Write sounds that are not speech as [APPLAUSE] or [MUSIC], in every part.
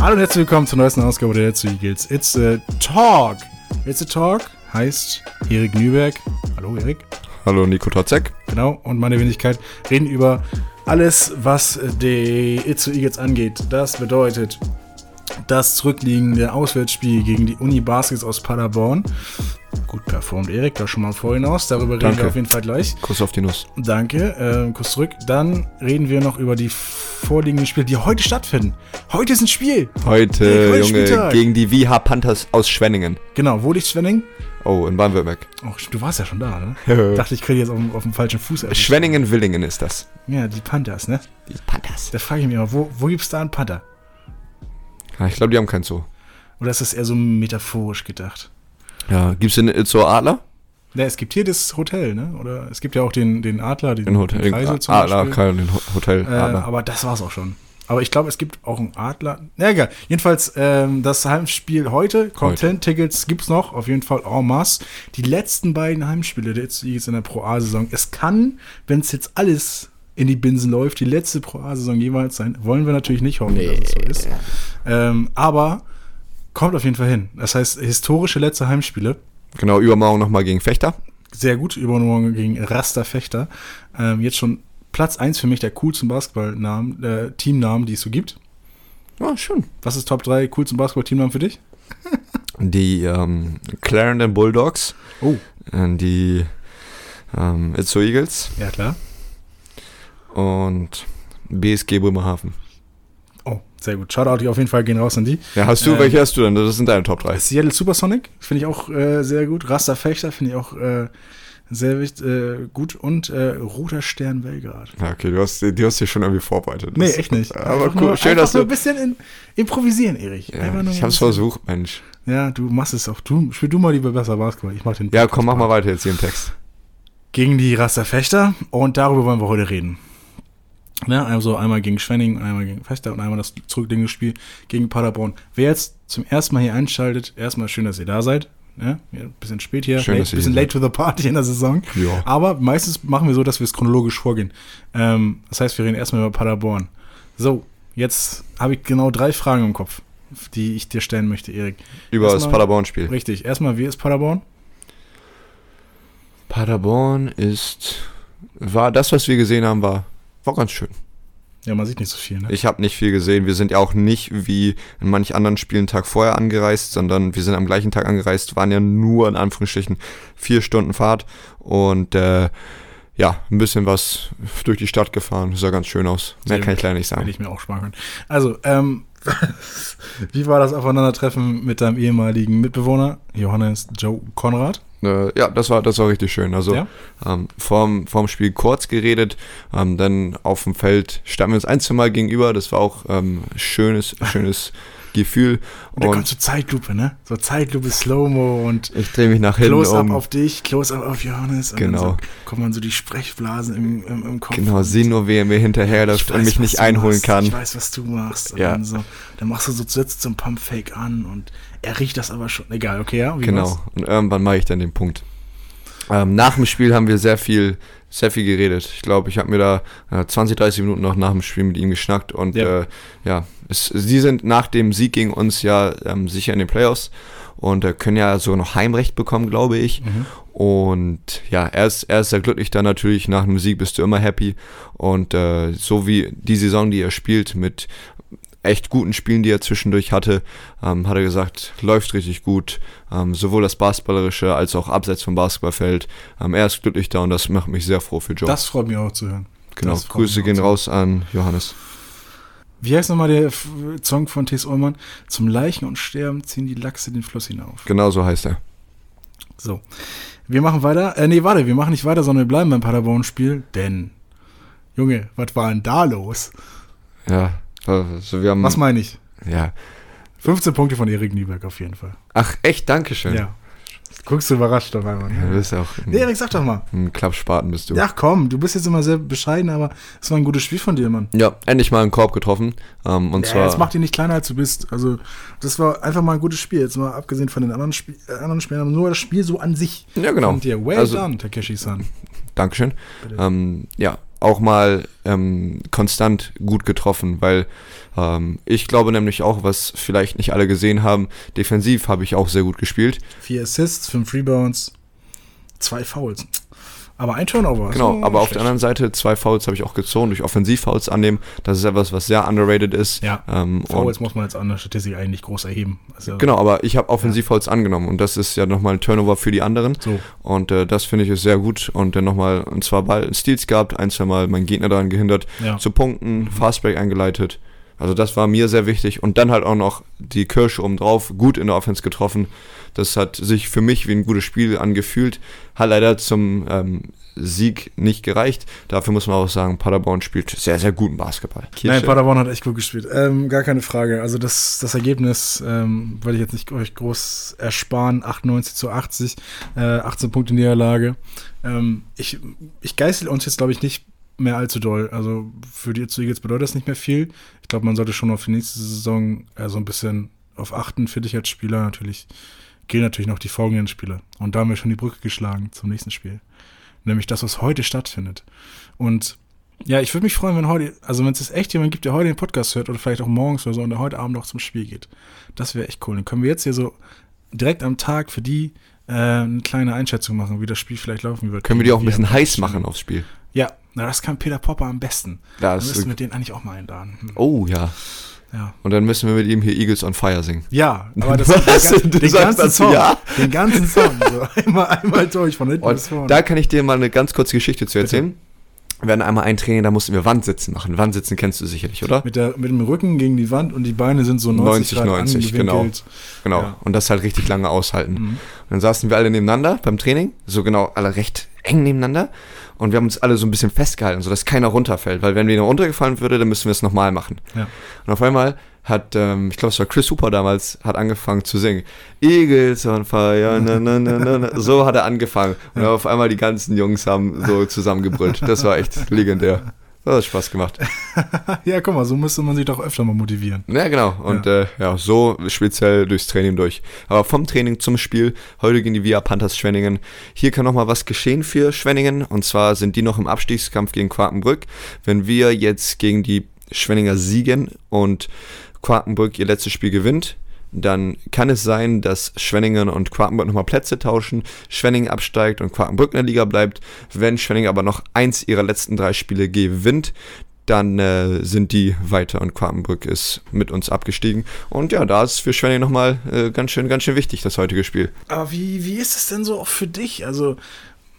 Hallo und herzlich willkommen zur neuesten Ausgabe der Let's Eagles. It's a Talk. It's a Talk heißt Erik Nüberg. Hallo Erik. Hallo Nico Tatzek. Genau, und meine Wenigkeit reden über alles, was die Itzu Eagles angeht. Das bedeutet das zurückliegende Auswärtsspiel gegen die Uni Baskets aus Paderborn. Gut performt Erik, da schon mal vorhin aus. Darüber reden Danke. wir auf jeden Fall gleich. Kuss auf die Nuss. Danke, ähm, kurz zurück. Dann reden wir noch über die vorliegenden Spiele, die heute stattfinden. Heute ist ein Spiel. Hey, Heute, cooler Junge, Spieltag. gegen die WH Panthers aus Schwenningen. Genau, wo liegt Schwenning? Oh, in [LAUGHS] Baden-Württemberg. Oh, du warst ja schon da, ne? Dachte, ich kriege jetzt auf, dem- auf dem falschen Fuß. erwischt. Schwenningen-Willingen ist das. Ja, die Panthers, ne? Die Panthers. Da frage ich mich immer, wo, wo gibt's da einen Panther? Ja, ich glaube, die haben keinen Zoo. Oder ist das eher so metaphorisch gedacht? Ja, gibt's denn äh, Zoo Adler? Na, es gibt hier das Hotel, ne? Oder es gibt ja auch den, den Adler, den, Den Hotel. den Den Kreisel zum Adler, Beispiel. kein den Ho- Hotel Äh, Adler. aber das war's auch schon. Aber ich glaube, es gibt auch einen Adler. Na egal. Jedenfalls, ähm, das Heimspiel heute, Content-Tickets gibt's noch, auf jeden Fall en masse. Die letzten beiden Heimspiele der jetzt in der Pro A-Saison. Es kann, wenn's jetzt alles in die Binsen läuft, die letzte Pro A-Saison jemals sein. Wollen wir natürlich nicht hoffen, dass es so ist. Ähm, aber kommt auf jeden Fall hin. Das heißt, historische letzte Heimspiele. Genau, übermorgen nochmal gegen Fechter. Sehr gut, übermorgen gegen Rasta Fechter. Ähm, jetzt schon Platz 1 für mich der coolsten Basketballnamen, äh, Teamnamen, die es so gibt. Ja, Ah, schön. Was ist Top 3 coolsten Basketball-Teamnamen für dich? Die ähm, Clarendon Bulldogs, Oh, äh, die ähm, Itzo Eagles ja klar. und BSG Bremerhaven. Oh, sehr gut. Shoutout auf jeden Fall gehen raus an die. Ja, hast du, Ähm, welche hast du denn? Das sind deine Top 3. Seattle Supersonic finde ich auch äh, sehr gut. Rasta Fechter finde ich auch äh, sehr wichtig, äh, gut. Und äh, Roter Stern Belgrad. Ja, okay, du hast, du hast dich schon irgendwie vorbereitet. Nee, Das- äh, echt nicht. Aber Einfach cool, nur, schön, einfach dass nur du. ein bisschen in, improvisieren, Erik. Ja, Einfach nur ich ein hab's bisschen- versucht, Mensch. Ja, du machst es auch. Du, spiel du mal lieber besser Basketball. Ich mach den Ja, komm, mach mal weiter jetzt hier im Text. gegen die Raster Fechter und darüber wollen wir heute reden. Ja, also einmal gegen Schwenning, einmal gegen Fechter und einmal das zurückliegende Spiel gegen Paderborn. Wer jetzt zum ersten Mal hier einschaltet, erstmal schön, dass ihr da seid. Ja, ja, ein bisschen spät hier, Schön, late, dass ihr bisschen hier late to the party in der Saison. Ja. Aber meistens machen wir so, dass wir es chronologisch vorgehen. Ähm, das heißt, wir reden erstmal über Paderborn. So, jetzt habe ich genau drei Fragen im Kopf, die ich dir stellen möchte, Erik. Über das Erstmal- Paderborn-Spiel. Richtig, erstmal, wie ist Paderborn? Paderborn ist. War das, was wir gesehen haben, war, war ganz schön. Ja, man sieht nicht so viel, ne? Ich habe nicht viel gesehen. Wir sind ja auch nicht wie in manch anderen Spielen einen Tag vorher angereist, sondern wir sind am gleichen Tag angereist, waren ja nur in Anführungsstrichen vier Stunden Fahrt und äh, ja, ein bisschen was durch die Stadt gefahren. Sah ganz schön aus. Mehr Sehr kann ich gut. leider nicht Hätte sagen. ich mir auch sparen können. Also, ähm, [LAUGHS] wie war das Aufeinandertreffen mit deinem ehemaligen Mitbewohner, Johannes Joe Konrad? Äh, ja, das war, das war richtig schön. Also Ja? ähm, vorm, vorm Spiel kurz geredet, ähm, dann auf dem Feld standen wir uns ein, zwei Mal gegenüber. Das war auch ähm, schönes, [LAUGHS] schönes Gefühl. Und da kommt Und so Zeitlupe, ne? So Zeitlupe, Slow-Mo und ich drehe mich nach hinten Close-Up um. auf dich, Close-Up auf Johannes. Und Genau. Dann so, kommt man so die Sprechblasen im, im, im Kopf. Genau, sieh nur, wer mir Ich hinterherläuft weiß, und mich was nicht du einholen machst. Ich kann. weiß, was du machst. Und Ja. Dann, so, dann machst du so, setzt so ein Pumpfake an und er riecht das aber schon. Egal, okay, ja? Wie war's? Genau. Und irgendwann mache ich dann den Punkt. Ähm, nach dem Spiel haben wir sehr viel, sehr viel geredet. Ich glaube, ich habe mir da äh, 20, 30 Minuten noch nach dem Spiel mit ihm geschnackt und Ja. ja, äh, ja es, sie sind nach dem Sieg gegen uns ja ähm, sicher in den Playoffs und äh, können ja sogar noch Heimrecht bekommen, glaube ich. Und ja, er ist, er ist sehr glücklich dann natürlich. Nach einem Sieg bist du immer happy. Und äh, so wie die Saison, die er spielt, mit echt guten Spielen, die er zwischendurch hatte, ähm, hat er gesagt, läuft richtig gut. Ähm, sowohl das Basketballerische als auch abseits vom Basketballfeld. Ähm, er ist glücklich da und das macht mich sehr froh für Joe. Das freut mich auch zu hören. genau. das freut Grüße mich auch gehen zu raus an Johannes. Wie heißt nochmal der F- Song von T.S. Ullmann? Zum Leichen und Sterben ziehen die Lachse den Fluss hinauf. Genau so heißt er. So. Wir machen weiter. Äh, nee, warte, wir machen nicht weiter, sondern wir bleiben beim Paderborn-Spiel, denn. Junge, was war denn da los? Hm. Ja. Also wir haben, Was meine ich? ja. 15 Punkte von Erik Nieberg auf jeden Fall. Ach, echt, Dankeschön. Ja. Ja. Guckst du überrascht auf einmal. Du Ne? bist auch ein, Nee, Erik, sag doch mal. ein Klappspaten bist du. Ach komm, du bist jetzt immer sehr bescheiden, aber es war ein gutes Spiel von dir, Mann. Ja, endlich mal einen Korb getroffen. Ähm, und Ja, zwar. jetzt mach dich nicht kleiner, als du bist. Also, das war einfach mal ein gutes Spiel. Jetzt mal abgesehen von den anderen, Spiel, äh, anderen Spielen, aber nur das Spiel so an sich. ja, genau. Von dir. Well also, done, Takeshi-san. Dankeschön. Bitte. Ähm, ja, auch mal ähm, konstant gut getroffen, weil ähm, ich glaube nämlich auch, was vielleicht nicht alle gesehen haben, defensiv habe ich auch sehr gut gespielt. Vier Assists, fünf Rebounds, zwei Fouls. Aber ein Turnover. Also Genau, aber auf der anderen Seite, zwei Fouls habe ich auch gezogen, durch Offensivfouls annehmen. Das ist etwas, was sehr underrated ist. Ja, Ähm, und, Fouls muss man jetzt an der Statistik eigentlich groß erheben. Also, genau, aber ich habe Offensivfouls angenommen und das ist ja nochmal ein Turnover für die anderen. So. Und äh, das finde ich ist sehr gut. Und dann nochmal, und zwar Ball Steals gehabt, ein, zwei Mal meinen Gegner daran gehindert, Ja. Mhm. zu punkten, Fastbreak eingeleitet. Also das war mir sehr wichtig. Und dann halt auch noch die Kirsche obendrauf, gut in der Offense getroffen. Das hat sich für mich wie ein gutes Spiel angefühlt. Hat leider zum ähm, Sieg nicht gereicht. Dafür muss man auch sagen, Paderborn spielt sehr, sehr guten Basketball. Nein, Kirsche- Paderborn hat echt gut gespielt. Ähm, gar keine Frage. Also das, das Ergebnis ähm, wollte ich jetzt nicht euch groß ersparen. 98 zu 80, äh, 18 Punkte Niederlage. Ähm, ich, ich geißel uns jetzt, glaube ich, nicht mehr allzu doll. Also für die Züge jetzt bedeutet das nicht mehr viel. Ich glaube, man sollte schon auf die nächste Saison äh, so ein bisschen auf achten, finde ich als Spieler natürlich. Gehen natürlich noch die folgenden Spiele. Und da haben wir schon die Brücke geschlagen zum nächsten Spiel. Nämlich das, was heute stattfindet. Und ja, ich würde mich freuen, wenn heute, also wenn es jetzt echt jemand gibt, der heute den Podcast hört oder vielleicht auch morgens oder so und der heute Abend noch zum Spiel geht. Das wäre echt cool. Dann können wir jetzt hier so direkt am Tag für die äh, eine kleine Einschätzung machen, wie das Spiel vielleicht laufen wird. Können wir die auch ein bisschen am- heiß machen aufs Spiel? Ja, na, das kann Peter Popper am besten. Ja, Dann das- müssen wir den eigentlich auch mal einladen. Hm, Oh ja. Ja. Und dann müssen wir mit ihm hier Eagles on Fire singen. Ja, aber [LAUGHS] das Was? den, gan- Du den sagst ganzen das Song. ja? Den ganzen Song. [LAUGHS] So [LAUGHS] einmal, einmal durch, von hinten bis Und vorne. da kann ich dir mal eine ganz kurze Geschichte zu erzählen. Wir hatten einmal ein Training, da mussten wir Wandsitzen machen. Wandsitzen kennst du sicherlich, oder? mit, der, mit dem Rücken gegen die Wand und die Beine sind so 90, 90, Grad 90, genau. angewinkelt. Genau. Ja. Mhm. Und das halt richtig lange aushalten. Und dann saßen wir alle nebeneinander beim Training, so genau, alle recht eng nebeneinander. Und wir haben uns alle so ein bisschen festgehalten, sodass keiner runterfällt. Weil wenn wir noch runtergefallen würde, dann müssen wir es nochmal machen. Ja. Und auf einmal hat, ähm, ich glaube, es war Chris Hooper damals, hat angefangen zu singen. Eagles on fire, na, na, na, na, na. [LAUGHS] So hat er angefangen. Und auf einmal die ganzen Jungs haben so zusammengebrüllt. Das war echt legendär. Das hat Spaß gemacht. Ja, guck mal, so müsste man sich doch öfter mal motivieren. Ja, genau. Und ja, äh, ja so speziell durchs Training durch. Aber vom Training zum Spiel. Heute gegen die Via Panthers Schwenningen. Hier kann nochmal was geschehen für Schwenningen. Und zwar sind die noch im Abstiegskampf gegen Quakenbrück. Wenn wir jetzt gegen die Schwenninger siegen und Quakenbrück ihr letztes Spiel gewinnt, dann kann es sein, dass Schwenningen und Quakenbrück nochmal Plätze tauschen, Schwenningen absteigt und Quakenbrück in der Liga bleibt. Wenn Schwenningen aber noch eins ihrer letzten drei Spiele gewinnt, dann äh, sind die weiter und Quakenbrück ist mit uns abgestiegen. Und ja, da ist für Schwenningen nochmal äh, ganz schön, ganz schön wichtig, das heutige Spiel. Aber wie, wie ist es denn so auch für dich? Also,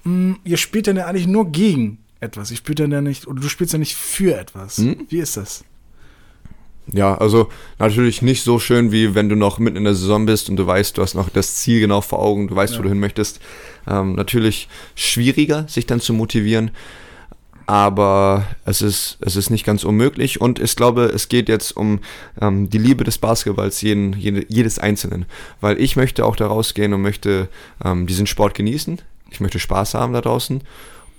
mh, ihr spielt dann ja eigentlich nur gegen etwas. Ihr spielt dann ja nicht, oder du spielst ja nicht für etwas. Hm? Wie ist das? Ja, also natürlich nicht so schön, wie wenn du noch mitten in der Saison bist und du weißt, du hast noch das Ziel genau vor Augen, du weißt, wo du hin möchtest. Ähm, natürlich schwieriger, sich dann zu motivieren. aber es ist, es ist nicht ganz unmöglich und ich glaube, es geht jetzt um ähm, die Liebe des Basketballs jeden, jede, jedes Einzelnen, weil ich möchte auch da rausgehen und möchte ähm, diesen Sport genießen, ich möchte Spaß haben da draußen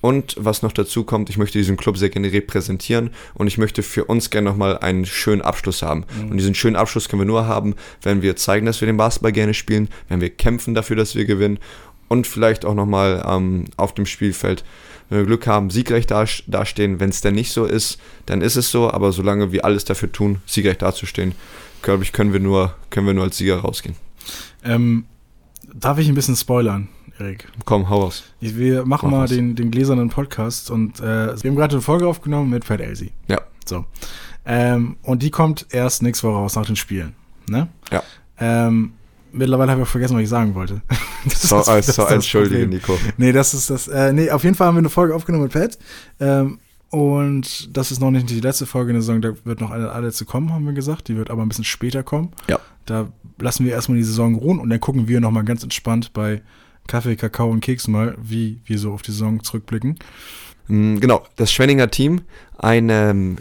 und was noch dazu kommt, ich möchte diesen Club sehr gerne repräsentieren und ich möchte für uns gerne nochmal einen schönen Abschluss haben und diesen schönen Abschluss können wir nur haben, wenn wir zeigen, dass wir den Basketball gerne spielen, wenn wir kämpfen dafür, dass wir gewinnen und vielleicht auch nochmal ähm, auf dem Spielfeld, wenn wir Glück haben, siegreich da, dastehen. Wenn es denn nicht so ist, dann ist es so, aber solange wir alles dafür tun, siegreich dazustehen, glaube ich, können wir, nur, können wir nur als Sieger rausgehen. Ähm, darf ich ein bisschen spoilern, Erik? Komm, hau raus. Ich, wir machen Mach mal was. den, den gläsernen Podcast und äh, wir haben gerade eine Folge aufgenommen mit Fat Elsie. Ja, So. Ähm, und die kommt erst nächste Woche raus nach den Spielen. Ne? ja. Ähm, mittlerweile habe ich auch vergessen, was ich sagen wollte. [LAUGHS] Das So, ist- äh, das ist so das entschuldige, Problem. Nico. Nee, das ist das. Äh, nee, auf jeden Fall haben wir eine Folge aufgenommen mit Pat. Ähm, und das ist noch nicht die letzte Folge in der Saison. Da wird noch eine, alle zu kommen, haben wir gesagt. Die wird aber ein bisschen später kommen. Ja. Da lassen wir erstmal die Saison ruhen und dann gucken wir nochmal ganz entspannt bei Kaffee, Kakao und Keks mal, wie wir so auf die Saison zurückblicken. Mm, Genau, das Schwenninger Team, ein ähm,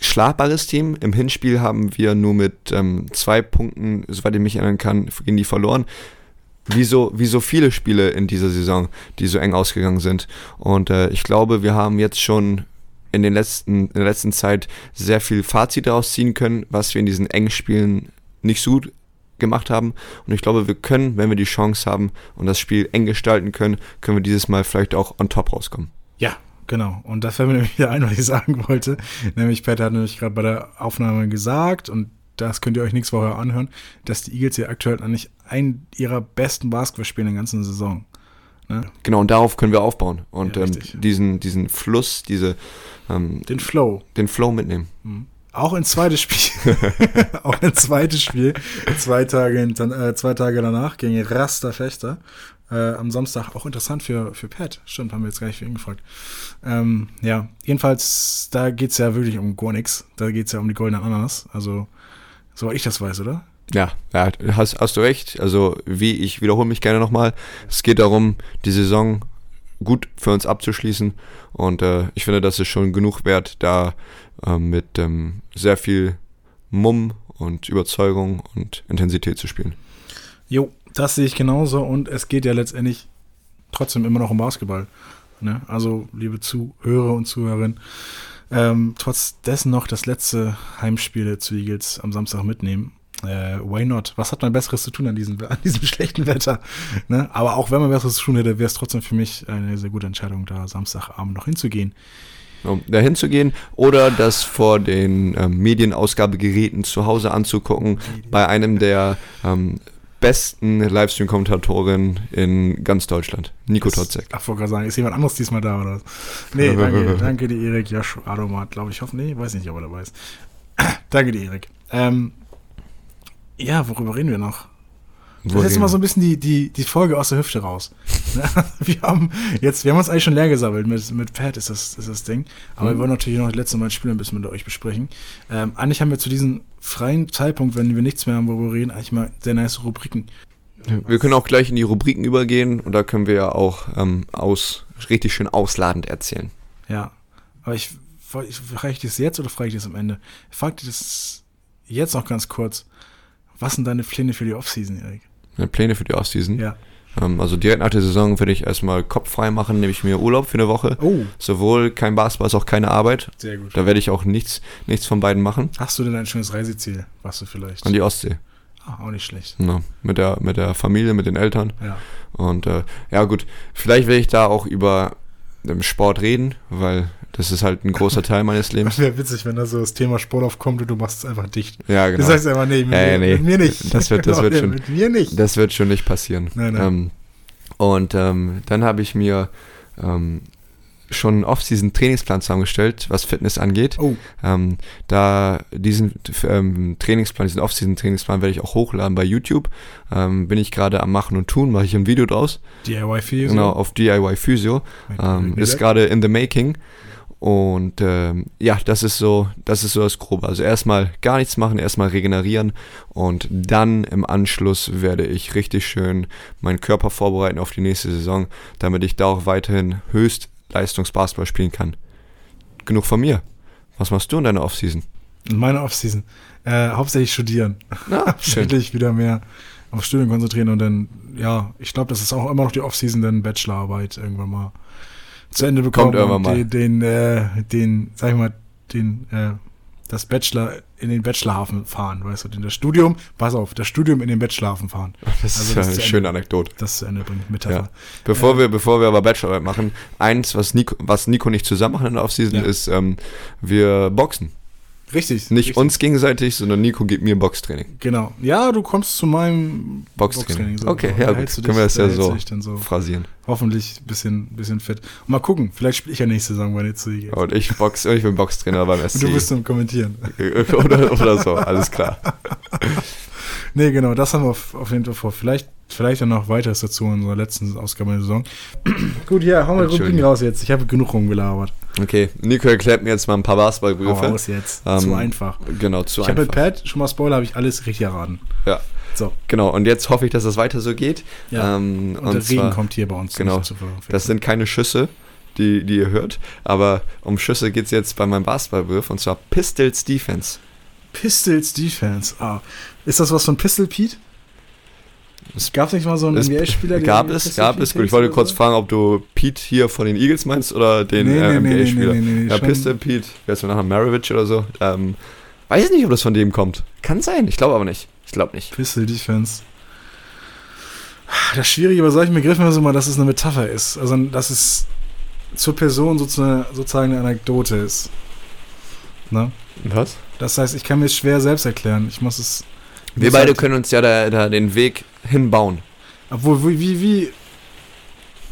schlagbares Team. Im Hinspiel haben wir nur mit ähm, zwei Punkten, soweit ich mich erinnern kann, gegen die verloren. Wie so, wie so viele Spiele in dieser Saison, die so eng ausgegangen sind. Und äh, ich glaube, wir haben jetzt schon in, den letzten, in der letzten Zeit sehr viel Fazit daraus ziehen können, was wir in diesen engen Spielen nicht so gut gemacht haben. Und ich glaube, wir können, wenn wir die Chance haben und das Spiel eng gestalten können, können wir dieses Mal vielleicht auch on top rauskommen. Ja, Genau, und das fällt mir [LAUGHS] nämlich wieder ein, was ich sagen wollte. Nämlich, Pat hat nämlich gerade bei der Aufnahme gesagt, und das könnt ihr euch nächste Woche anhören, dass die Eagles ja aktuell eigentlich einen ihrer besten Basketballspiele in der ganzen Saison. Ne? Genau, und darauf können wir aufbauen und Ja, ähm, richtig. diesen, diesen Fluss, diese, ähm, Den Flow. den Flow mitnehmen. Auch ein zweites Spiel. [LAUGHS] auch ein zweites Spiel. Zwei Tage, hinter, äh, zwei Tage danach gegen Rasta Fechter. Äh, am Samstag auch interessant für, für Pat. Stimmt, haben wir jetzt gar nicht für ihn gefragt. Ähm, ja, jedenfalls, da geht's ja wirklich um gar nichts. Da geht's ja um die goldenen Ananas. Also, soweit ich das weiß, oder? Ja, ja hast, hast du recht. Also, wie ich wiederhole mich gerne nochmal, es geht darum, die Saison gut für uns abzuschließen. Und äh, ich finde, das ist schon genug wert, da äh, mit ähm, sehr viel Mumm und Überzeugung und Intensität zu spielen. Jo, das sehe ich genauso und es geht ja letztendlich trotzdem immer noch um Basketball. Ne? Also, liebe Zuhörer und Zuhörerinnen, ähm, trotz dessen noch das letzte Heimspiel der zu Eagles am Samstag mitnehmen. Äh, why not? Was hat man Besseres zu tun an diesem, an diesem [LAUGHS] schlechten Wetter? Ne? Aber auch wenn man Besseres zu tun hätte, wäre es trotzdem für mich eine sehr gute Entscheidung, da Samstagabend noch hinzugehen. um dahin zu gehen oder das vor den ähm, Medienausgabegeräten zu Hause anzugucken bei einem der ähm, besten Livestream-Kommentatoren in ganz Deutschland, Nico Totzek. Ach, wollte gerade sagen, ist jemand anderes diesmal da oder was? [LAUGHS] Nee, danke, danke dir, Erik. Josh Adomat, glaube ich, hoffentlich. Weiß nicht, ob er dabei ist. [CLEARS THROAT] danke dir, Erik. Ähm, ja, worüber reden wir noch? Das ist jetzt mal so ein bisschen die, die, die Folge aus der Hüfte raus. [LAUGHS] Ne? wir, haben jetzt, wir haben uns eigentlich schon leer gesammelt. Mit, mit Pat ist das, ist das Ding. Mhm. Aber wir wollen natürlich noch das letzte Mal das Spiel ein bisschen mit euch besprechen. Ähm, eigentlich haben wir zu diesem freien Zeitpunkt, wenn wir nichts mehr haben, worüber wir reden, eigentlich mal sehr nice Rubriken. wir können auch gleich in die Rubriken übergehen und da können wir ja auch ähm, aus, richtig schön ausladend erzählen. Ja. Aber ich, woll- ich frage ich das jetzt oder frage ich das am Ende? Ich frage dich das jetzt noch ganz kurz. Was sind deine Pläne für die Offseason, Erik? Ne, Pläne für die Offseason. Ja. Ähm, also direkt nach der Saison werde ich erstmal Kopf frei machen, nehme ich mir Urlaub für eine Woche. Oh. Sowohl kein Basketball als auch keine Arbeit. Sehr gut. Da werde ich auch nichts, nichts von beiden machen. Hast du denn ein schönes Reiseziel? Warst du vielleicht? An die Ostsee. Ah, auch nicht schlecht. Ja, mit, der, mit der Familie, mit den Eltern. Ja. Und äh, ja gut, vielleicht werde ich da auch über ähm, Sport reden, weil das ist halt ein großer Teil [LAUGHS] meines Das Lebens. wäre witzig, wenn da so das Thema Sport aufkommt und du machst es einfach dicht. Ja, Du genau. sagst einfach, nee, mit, Ja, mir, ja, nee. mit mir nicht. Das wird- das Genau, wird nee, [LAUGHS] schon- Mit mir nicht. Das wird schon nicht passieren. Nein, nein. Ähm, und ähm, dann habe ich mir ähm, schon einen Off-Season-Trainingsplan zusammengestellt, was Fitness angeht. oh, Ähm, da diesen ähm, Trainingsplan, diesen Off-Season-Trainingsplan werde ich auch hochladen bei YouTube. Ähm, bin ich gerade am Machen und Tun, mache ich ein Video draus. DIY 4. Genau, auf DIY Physio. Ähm, ist gerade in the making. Und ähm, ja, das ist so, das ist so das Grobe. Also erstmal gar nichts machen, erstmal regenerieren und dann im Anschluss werde ich richtig schön meinen Körper vorbereiten auf die nächste Saison, damit ich da auch weiterhin Höchstleistungsbasketball spielen kann. Genug von mir. Was machst du in deiner Offseason? Meine Offseason. Äh, hauptsächlich studieren. [LAUGHS] Na, Endlich wieder mehr auf Studium konzentrieren und dann, ja, ich glaube, das ist auch immer noch die Offseason, dann Bachelorarbeit irgendwann mal zu Ende bekommen. irgendwann und mal. Den, den, äh, den, sag ich mal, den, äh, das Bachelor in den Bachelorhafen fahren, weißt du, denn das Studium, pass auf, das Studium in den Bachelorhafen fahren. [LAUGHS] Das Also ist das eine zu Ende. schöne Anekdote. Das zu Ende bringt, Ja. Metapher. Bevor, wir, bevor wir aber Bachelorarbeit machen, eins, was Nico, was Nico nicht zusammen machen in der Offseason, Ja. ist, ähm, wir boxen. Richtig. Nicht richtig. uns gegenseitig, sondern Nico gibt mir Boxtraining. Genau. Ja, du kommst zu meinem Boxtraining. so. okay, Da ja, gut. hältst du Können wir das dich- ja da hältst du so, dich dann so phrasieren. hoffentlich ein bisschen, bisschen fit. Und mal gucken, vielleicht spiele ich ja nächste Saison bei dir zu. Und Und ich, box, ich bin Boxtrainer beim SC. du bist am Kommentieren. [LAUGHS] oder, oder so, alles klar. Nee, genau, das haben wir auf, auf jeden Fall vor. Vielleicht, vielleicht dann noch weiteres dazu in unserer letzten Ausgabe der Saison. [CLEARS THROAT] Gut, ja, hauen wir Rubriken Entschuldigung. raus jetzt. Ich habe genug rumgelabert. Okay, Nico erklärt mir jetzt mal ein paar Hau Basketballbegriffe. raus jetzt. Ähm, Zu einfach. Genau, zu Ich habe mit einfach. Pat, schon mal Spoiler, habe ich alles richtig erraten. Ja, So, genau. Und jetzt hoffe ich, dass das weiter so geht. Ja, Ähm, und, und der Regen zwar, kommt hier bei uns genau, nicht zu verfehlen. das sind keine Schüsse, die, die ihr hört. Aber um Schüsse geht es jetzt bei meinem Basketballbegriff und zwar Pistols Defense. Pistols Defense. Ah, ist das was von Pistol Pete? Es- Gab es nicht mal so einen Es NBA-Spieler, gab es, gab es. Gut, ich wollte kurz fragen, ob du Pete hier von den Eagles meinst oder den Nee, nee, äh, nee, NBA-Spieler. nee, nee, nee, nee, ja, schon- Pistol Pete, wer ist denn nachher Maravich oder so? Ähm, weiß nicht, ob das von dem kommt. Kann sein, ich glaube aber nicht. Ich glaube nicht. Pistol Defense. Das Schwierige bei solchen Begriffen ist immer, dass es eine Metapher ist. Also, dass es zur Person sozusagen, sozusagen eine Anekdote ist. Ne? Was? Das heißt, ich kann mir es schwer selbst erklären. Ich muss es. Wir muss beide halt- können uns ja da, da den Weg hinbauen. Obwohl, wie, wie, wie.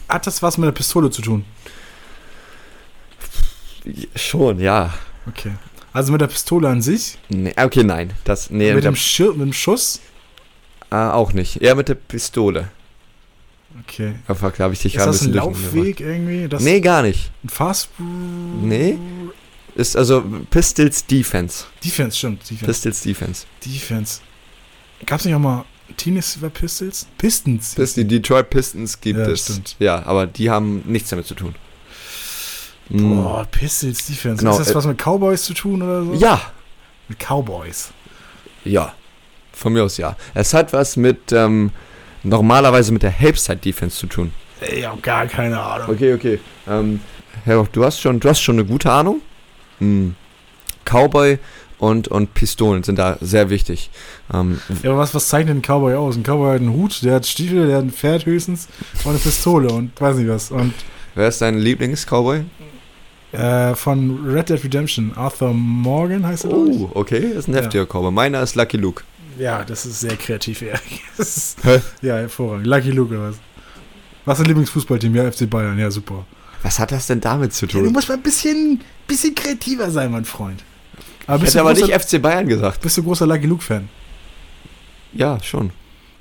Hat das was mit der Pistole zu tun? Schon, ja. Okay. Also mit der Pistole an sich? Nee, okay, nein. Das, nee, mit, mit dem Schir mit dem Schuss? ah, auch nicht. Eher mit der Pistole. Okay. Aber da habe ich dich Ist gerade das ein bisschen durcheinander gebracht. Laufweg irgendwie? Das Nee, gar nicht. Ein Fast. Nee. Ist also Pistols Defense. Defense, stimmt. Defense. Pistols Defense. Defense. Gab's nicht auch mal Teenies über Pistols? Pistons. Bis die Detroit Pistons gibt Ja, es. stimmt. Ja, aber die haben nichts damit zu tun. Mm. Boah, Pistols Defense. Genau, Ist das äh, was mit Cowboys zu tun oder so? Hm. Ja, Mit Cowboys. ja. Von mir aus ja. Es hat was mit ähm, normalerweise mit der Helpside Defense zu tun. Ey, ich hab gar keine Ahnung. Okay, okay. Ähm, Herr, Hoch, du hast schon, du hast schon eine gute Ahnung. Hm. Cowboy und, und Pistolen sind da sehr wichtig. Ähm, Ja, aber was, was zeichnet ein Cowboy aus? Ein Cowboy hat einen Hut, der hat Stiefel, der hat ein Pferd höchstens und eine Pistole und weiß nicht was. Und wer ist dein Lieblings-Cowboy? äh, von Red Dead Redemption, Arthur Morgan heißt er, glaub ich. Oh, okay, ist ein Ja. heftiger Cowboy. Meiner ist Lucky Luke. Ja, das ist sehr kreativ, Erik. Das ist- Hä? [LAUGHS] ja, hervorragend. Lucky Luke oder was? Was ist dein Lieblingsfußballteam? Ja, FC Bayern. Ja, super. Was hat das denn damit zu Ja, du tun? musst mal ein bisschen, bisschen kreativer sein, mein Freund. Aber Ich bist, du hätte aber großer, nicht FC Bayern gesagt. bist du großer Lucky Luke-Fan? Ja, schon.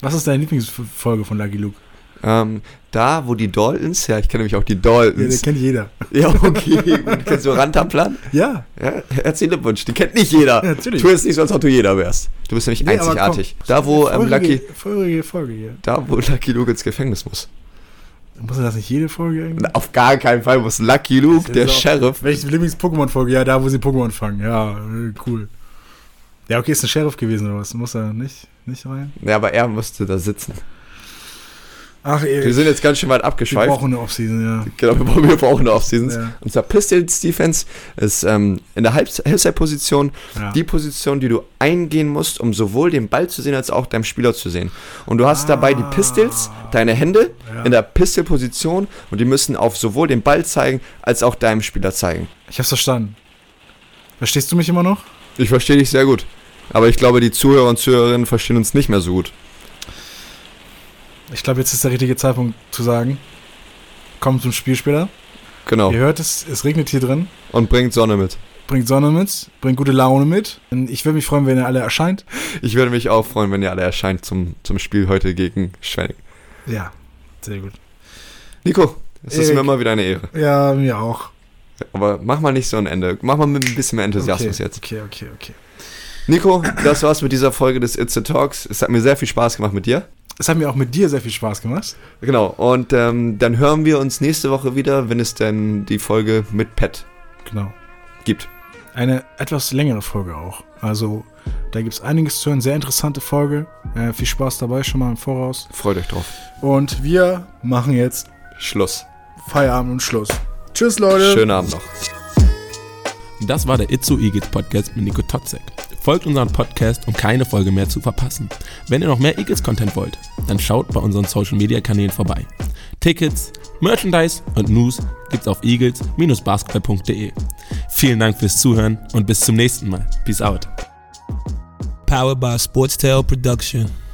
Was ist deine Lieblingsfolge von Lucky Luke? Ähm, da, wo die Daltons, ja, ich kenne nämlich auch die Ja, den Daltons. kennt jeder. [LAUGHS] Ja, okay. gut. Kennst du Rantanplan? Ja, Ja, Herzlichen Glückwunsch, die kennt nicht jeder. Ja, natürlich. Tu jetzt nicht so, als ob du jeder wärst. Du bist nämlich Nee, aber einzigartig. Da, wo ähm, Lucky, feurige Folge hier. da, wo Lucky Luke ins Gefängnis muss. Muss er das nicht jede Folge irgendwie? Na, Auf gar keinen Fall muss Lucky Luke, Das der ist auch- Sheriff. Welche Lieblings-Pokémon-Folge? Ja, da, wo sie Pokémon fangen. Ja, äh, cool. Ja, okay, ist ein Sheriff gewesen oder was? Muss er nicht, nicht rein? Ja, aber er musste da sitzen. Ach, Wir Erik, sind jetzt ganz schön weit wir abgeschweift. brauchen eine Offseason, ja. Genau, wir brauchen, wir brauchen eine Offseason. Ja. Und zwar Pistols Defense ist ähm, in der Halb- Halbside-Position Ja. die Position, die du eingehen musst, um sowohl den Ball zu sehen, als auch deinem Spieler zu sehen. Und du hast dabei die Pistols, deine Hände, Ja. in der Pistol-Position und die müssen auf sowohl den Ball zeigen, als auch deinem Spieler zeigen. Ich hab's verstanden. Verstehst du mich immer noch? Ich verstehe dich sehr gut. Aber ich glaube, die Zuhörer und Zuhörerinnen verstehen uns nicht mehr so gut. Ich glaube, jetzt ist der richtige Zeitpunkt zu sagen, kommt zum Spiel später. Genau. Ihr hört es, es regnet hier drin. Und bringt Sonne mit. Bringt Sonne mit, bringt gute Laune mit. Und ich würde mich freuen, wenn ihr alle erscheint. Ich würde mich auch freuen, wenn ihr alle erscheint zum, zum Spiel heute gegen Schwenning. Ja, sehr gut. Nico, es ist Erik. mir immer wieder eine Ehre. Ja, mir auch. Aber mach mal nicht so ein Ende. Mach mal mit ein bisschen mehr Enthusiasmus okay, jetzt. Okay, okay, okay. Nico, das war's mit dieser Folge des It's a Talks. Es hat mir sehr viel Spaß gemacht mit dir. Es hat mir auch mit dir sehr viel Spaß gemacht. Genau. Und ähm, dann hören wir uns nächste Woche wieder, wenn es denn die Folge mit Pat Genau. gibt. Eine etwas längere Folge auch. Also, da gibt's einiges zu hören. Sehr interessante Folge. Äh, viel Spaß dabei schon mal im Voraus. Freut euch drauf. Und wir machen jetzt Schluss. Feierabend und Schluss. Tschüss, Leute. Schönen Abend noch. Das war der Itzu Igitt Podcast mit Nico Totzek. Folgt unseren Podcast, um keine Folge mehr zu verpassen. Wenn ihr noch mehr Igits Content wollt, dann schaut bei unseren Social Media Kanälen vorbei. Tickets, Merchandise und News gibt's auf eagles-basketball.de. Vielen Dank fürs Zuhören und bis zum nächsten Mal. Peace out. powered by a Sportstel production.